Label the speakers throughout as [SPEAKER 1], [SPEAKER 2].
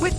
[SPEAKER 1] With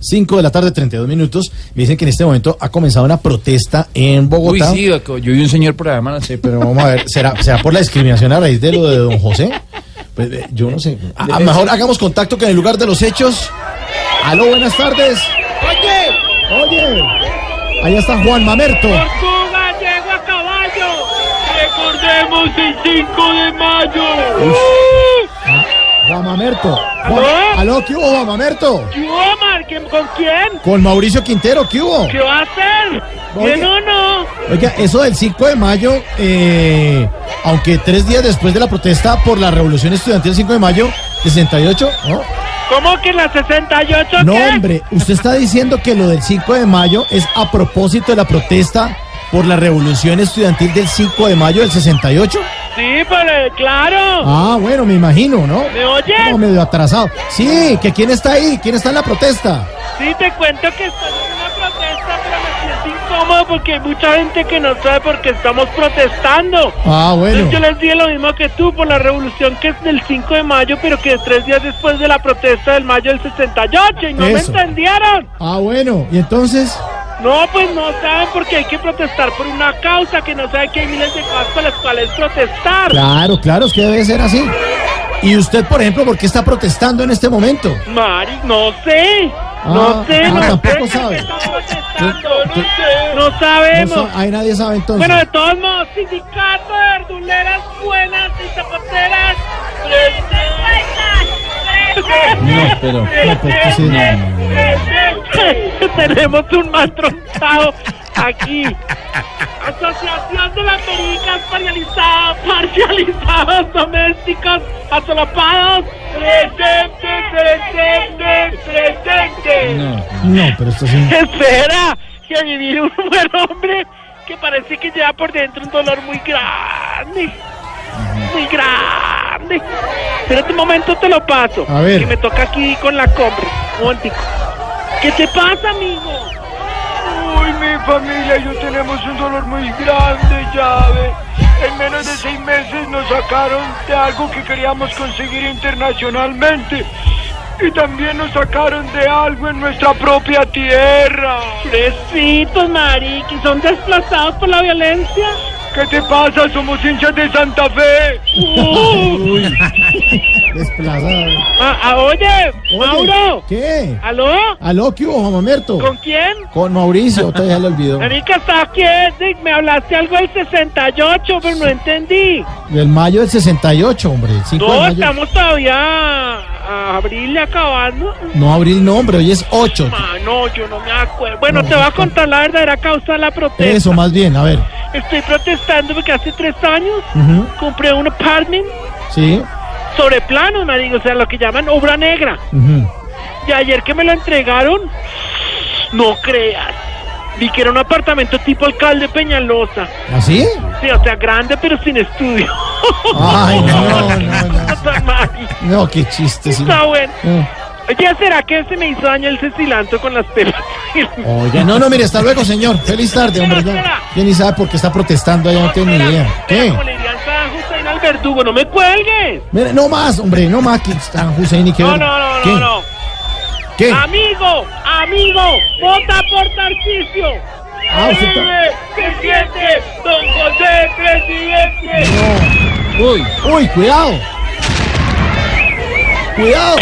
[SPEAKER 2] 5 de la tarde, 32 minutos. Me dicen que en este momento ha comenzado una protesta en
[SPEAKER 3] Uy,
[SPEAKER 2] Bogotá.
[SPEAKER 3] sí, yo vi un señor por allá, mano, sí,
[SPEAKER 2] Pero vamos a ver, ¿será, ¿será por la discriminación a raíz de lo de don José? Pues eh, yo no sé. A, a mejor hagamos contacto que en el lugar de los hechos. Aló, buenas tardes. Oye, oye. Ahí está Juan Mamerto.
[SPEAKER 4] Portugal llegó a caballo. Recordemos el 5 de mayo.
[SPEAKER 2] Juan Mamerto. Juan- aló, ¿qué hubo, Juan Mamerto?
[SPEAKER 4] ¿Qué hubo, Mar? ¿Qué- ¿Con quién?
[SPEAKER 2] Con Mauricio Quintero, ¿qué hubo?
[SPEAKER 4] ¿Qué va a hacer?
[SPEAKER 2] Oye.
[SPEAKER 4] ¿Bien o no?
[SPEAKER 2] Oiga, eso del 5 de mayo, eh, aunque tres días después de la protesta por la revolución estudiantil del 5 de mayo de 68, ¿no?
[SPEAKER 4] ¿Cómo que la 68
[SPEAKER 2] No,
[SPEAKER 4] qué?
[SPEAKER 2] hombre, usted está diciendo que lo del 5 de mayo es a propósito de la protesta por la revolución estudiantil del 5 de mayo del 68.
[SPEAKER 4] Sí, pero eh, claro.
[SPEAKER 2] Ah, bueno, me imagino, ¿no?
[SPEAKER 4] ¿Me oyes?
[SPEAKER 2] Como medio atrasado. Sí, que quién está ahí, quién está en la protesta.
[SPEAKER 4] Sí, te cuento que estoy en una protesta, pero me siento incómodo porque hay mucha gente que no sabe por qué estamos protestando.
[SPEAKER 2] Ah, bueno.
[SPEAKER 4] Entonces yo les dije lo mismo que tú por la revolución que es del 5 de mayo, pero que tres días después de la protesta del mayo del 68 y no
[SPEAKER 2] Eso.
[SPEAKER 4] me entendieron.
[SPEAKER 2] Ah, bueno, y entonces,
[SPEAKER 4] No, pues no saben porque hay que protestar por una causa que no sabe que hay miles de cosas por las cuales protestar.
[SPEAKER 2] claro, claro, es que debe ser así. Y usted, por ejemplo, ¿por qué está protestando en este momento?
[SPEAKER 4] Mari, no sé.
[SPEAKER 2] Ah,
[SPEAKER 4] No sé,
[SPEAKER 2] ah,
[SPEAKER 4] no
[SPEAKER 2] tampoco
[SPEAKER 4] sé por
[SPEAKER 2] sabe.
[SPEAKER 4] qué están protestando, no
[SPEAKER 2] Tú-
[SPEAKER 4] sé. No
[SPEAKER 2] No
[SPEAKER 4] sabemos.
[SPEAKER 2] sa- ahí nadie sabe entonces.
[SPEAKER 4] Bueno, de todos modos, sindicato de verduleras buenas y zapateras.
[SPEAKER 2] No, pero, no, porque sí, no, no, no,
[SPEAKER 4] Tenemos un mal troncado aquí. Asociación de baterías parcializadas, parcializados, domésticos, atolapados. Presente, presente, presente.
[SPEAKER 2] no, pero esto sí.
[SPEAKER 4] Espera, que vivir un buen hombre que parece que lleva por dentro un dolor muy grande. Muy grande. Espérate un momento, te lo paso.
[SPEAKER 2] A ver.
[SPEAKER 4] Que me toca aquí con la compra. Un momentico. ¿Qué te pasa, amigo?
[SPEAKER 5] Uy, mi familia y yo tenemos un dolor muy grande, llave. En menos de seis meses nos sacaron de algo que queríamos conseguir internacionalmente. Y también nos sacaron de algo en nuestra propia tierra.
[SPEAKER 4] Pobrecitos, Mari, que son desplazados por la violencia.
[SPEAKER 5] ¿Qué te pasa? Somos hinchas de Santa Fe.
[SPEAKER 4] Uh,
[SPEAKER 2] Desplazado.
[SPEAKER 4] ah, ah, oye,
[SPEAKER 2] Oye,
[SPEAKER 4] Mauro.
[SPEAKER 2] ¿Qué?
[SPEAKER 4] ¿Aló?
[SPEAKER 2] ¿Aló, qué hubo, Juan Mamerto?
[SPEAKER 4] ¿Con quién?
[SPEAKER 2] Con Mauricio, todavía ya le olvidó.
[SPEAKER 4] Marica, ¿sabes qué es? Dick? Me hablaste algo del 68, pero no entendí.
[SPEAKER 2] Del mayo del 68, hombre. el 5 de
[SPEAKER 4] No,
[SPEAKER 2] mayo.
[SPEAKER 4] estamos todavía a a abril y acabando.
[SPEAKER 2] No abrí el nombre, hoy es 8.
[SPEAKER 4] Mano, yo no me acuerdo. Bueno,
[SPEAKER 2] No,
[SPEAKER 4] te voy a
[SPEAKER 2] está-
[SPEAKER 4] contar la verdadera causa de la protesta.
[SPEAKER 2] Eso, más bien, a ver.
[SPEAKER 4] Estoy protestando porque hace tres años
[SPEAKER 2] Ujú,
[SPEAKER 4] compré un apartment
[SPEAKER 2] Sí.
[SPEAKER 4] sobre planos, marico, o sea, lo que llaman obra negra.
[SPEAKER 2] ujú.
[SPEAKER 4] Y ayer que me lo entregaron, no creas. Vi que era un apartamento tipo alcalde Peñalosa.
[SPEAKER 2] ¿Así?
[SPEAKER 4] Sí, o sea, grande pero sin estudio.
[SPEAKER 2] Ay, no, no, no.
[SPEAKER 4] Mari,
[SPEAKER 2] No, qué chiste. sí.
[SPEAKER 4] Está bueno.
[SPEAKER 2] Eh,
[SPEAKER 4] Oye, ¿será que se me hizo daño el cecilanto con las pepas?
[SPEAKER 2] Oiga, no, no, mire, hasta luego, señor. Feliz tarde, hombre. Ya, ya ni sabe por qué está protestando allá, no tengo ni idea.
[SPEAKER 4] ¿Qué?
[SPEAKER 2] ¿Qué?
[SPEAKER 4] Como le dirían San Hussein al verdugo, no me cuelgues.
[SPEAKER 2] Mire, no más, hombre, no más. Que está Hussein y qué
[SPEAKER 4] No,
[SPEAKER 2] ver-
[SPEAKER 4] no, no,
[SPEAKER 2] ¿Qué?
[SPEAKER 4] no, no.
[SPEAKER 2] ¿Qué?
[SPEAKER 4] Amigo, amigo, vota por Tarcisio.
[SPEAKER 2] Ah, usted está-
[SPEAKER 4] ¡Vive, presidente! ¡Don José, presidente!
[SPEAKER 2] Uy, cuidado. Cuidado.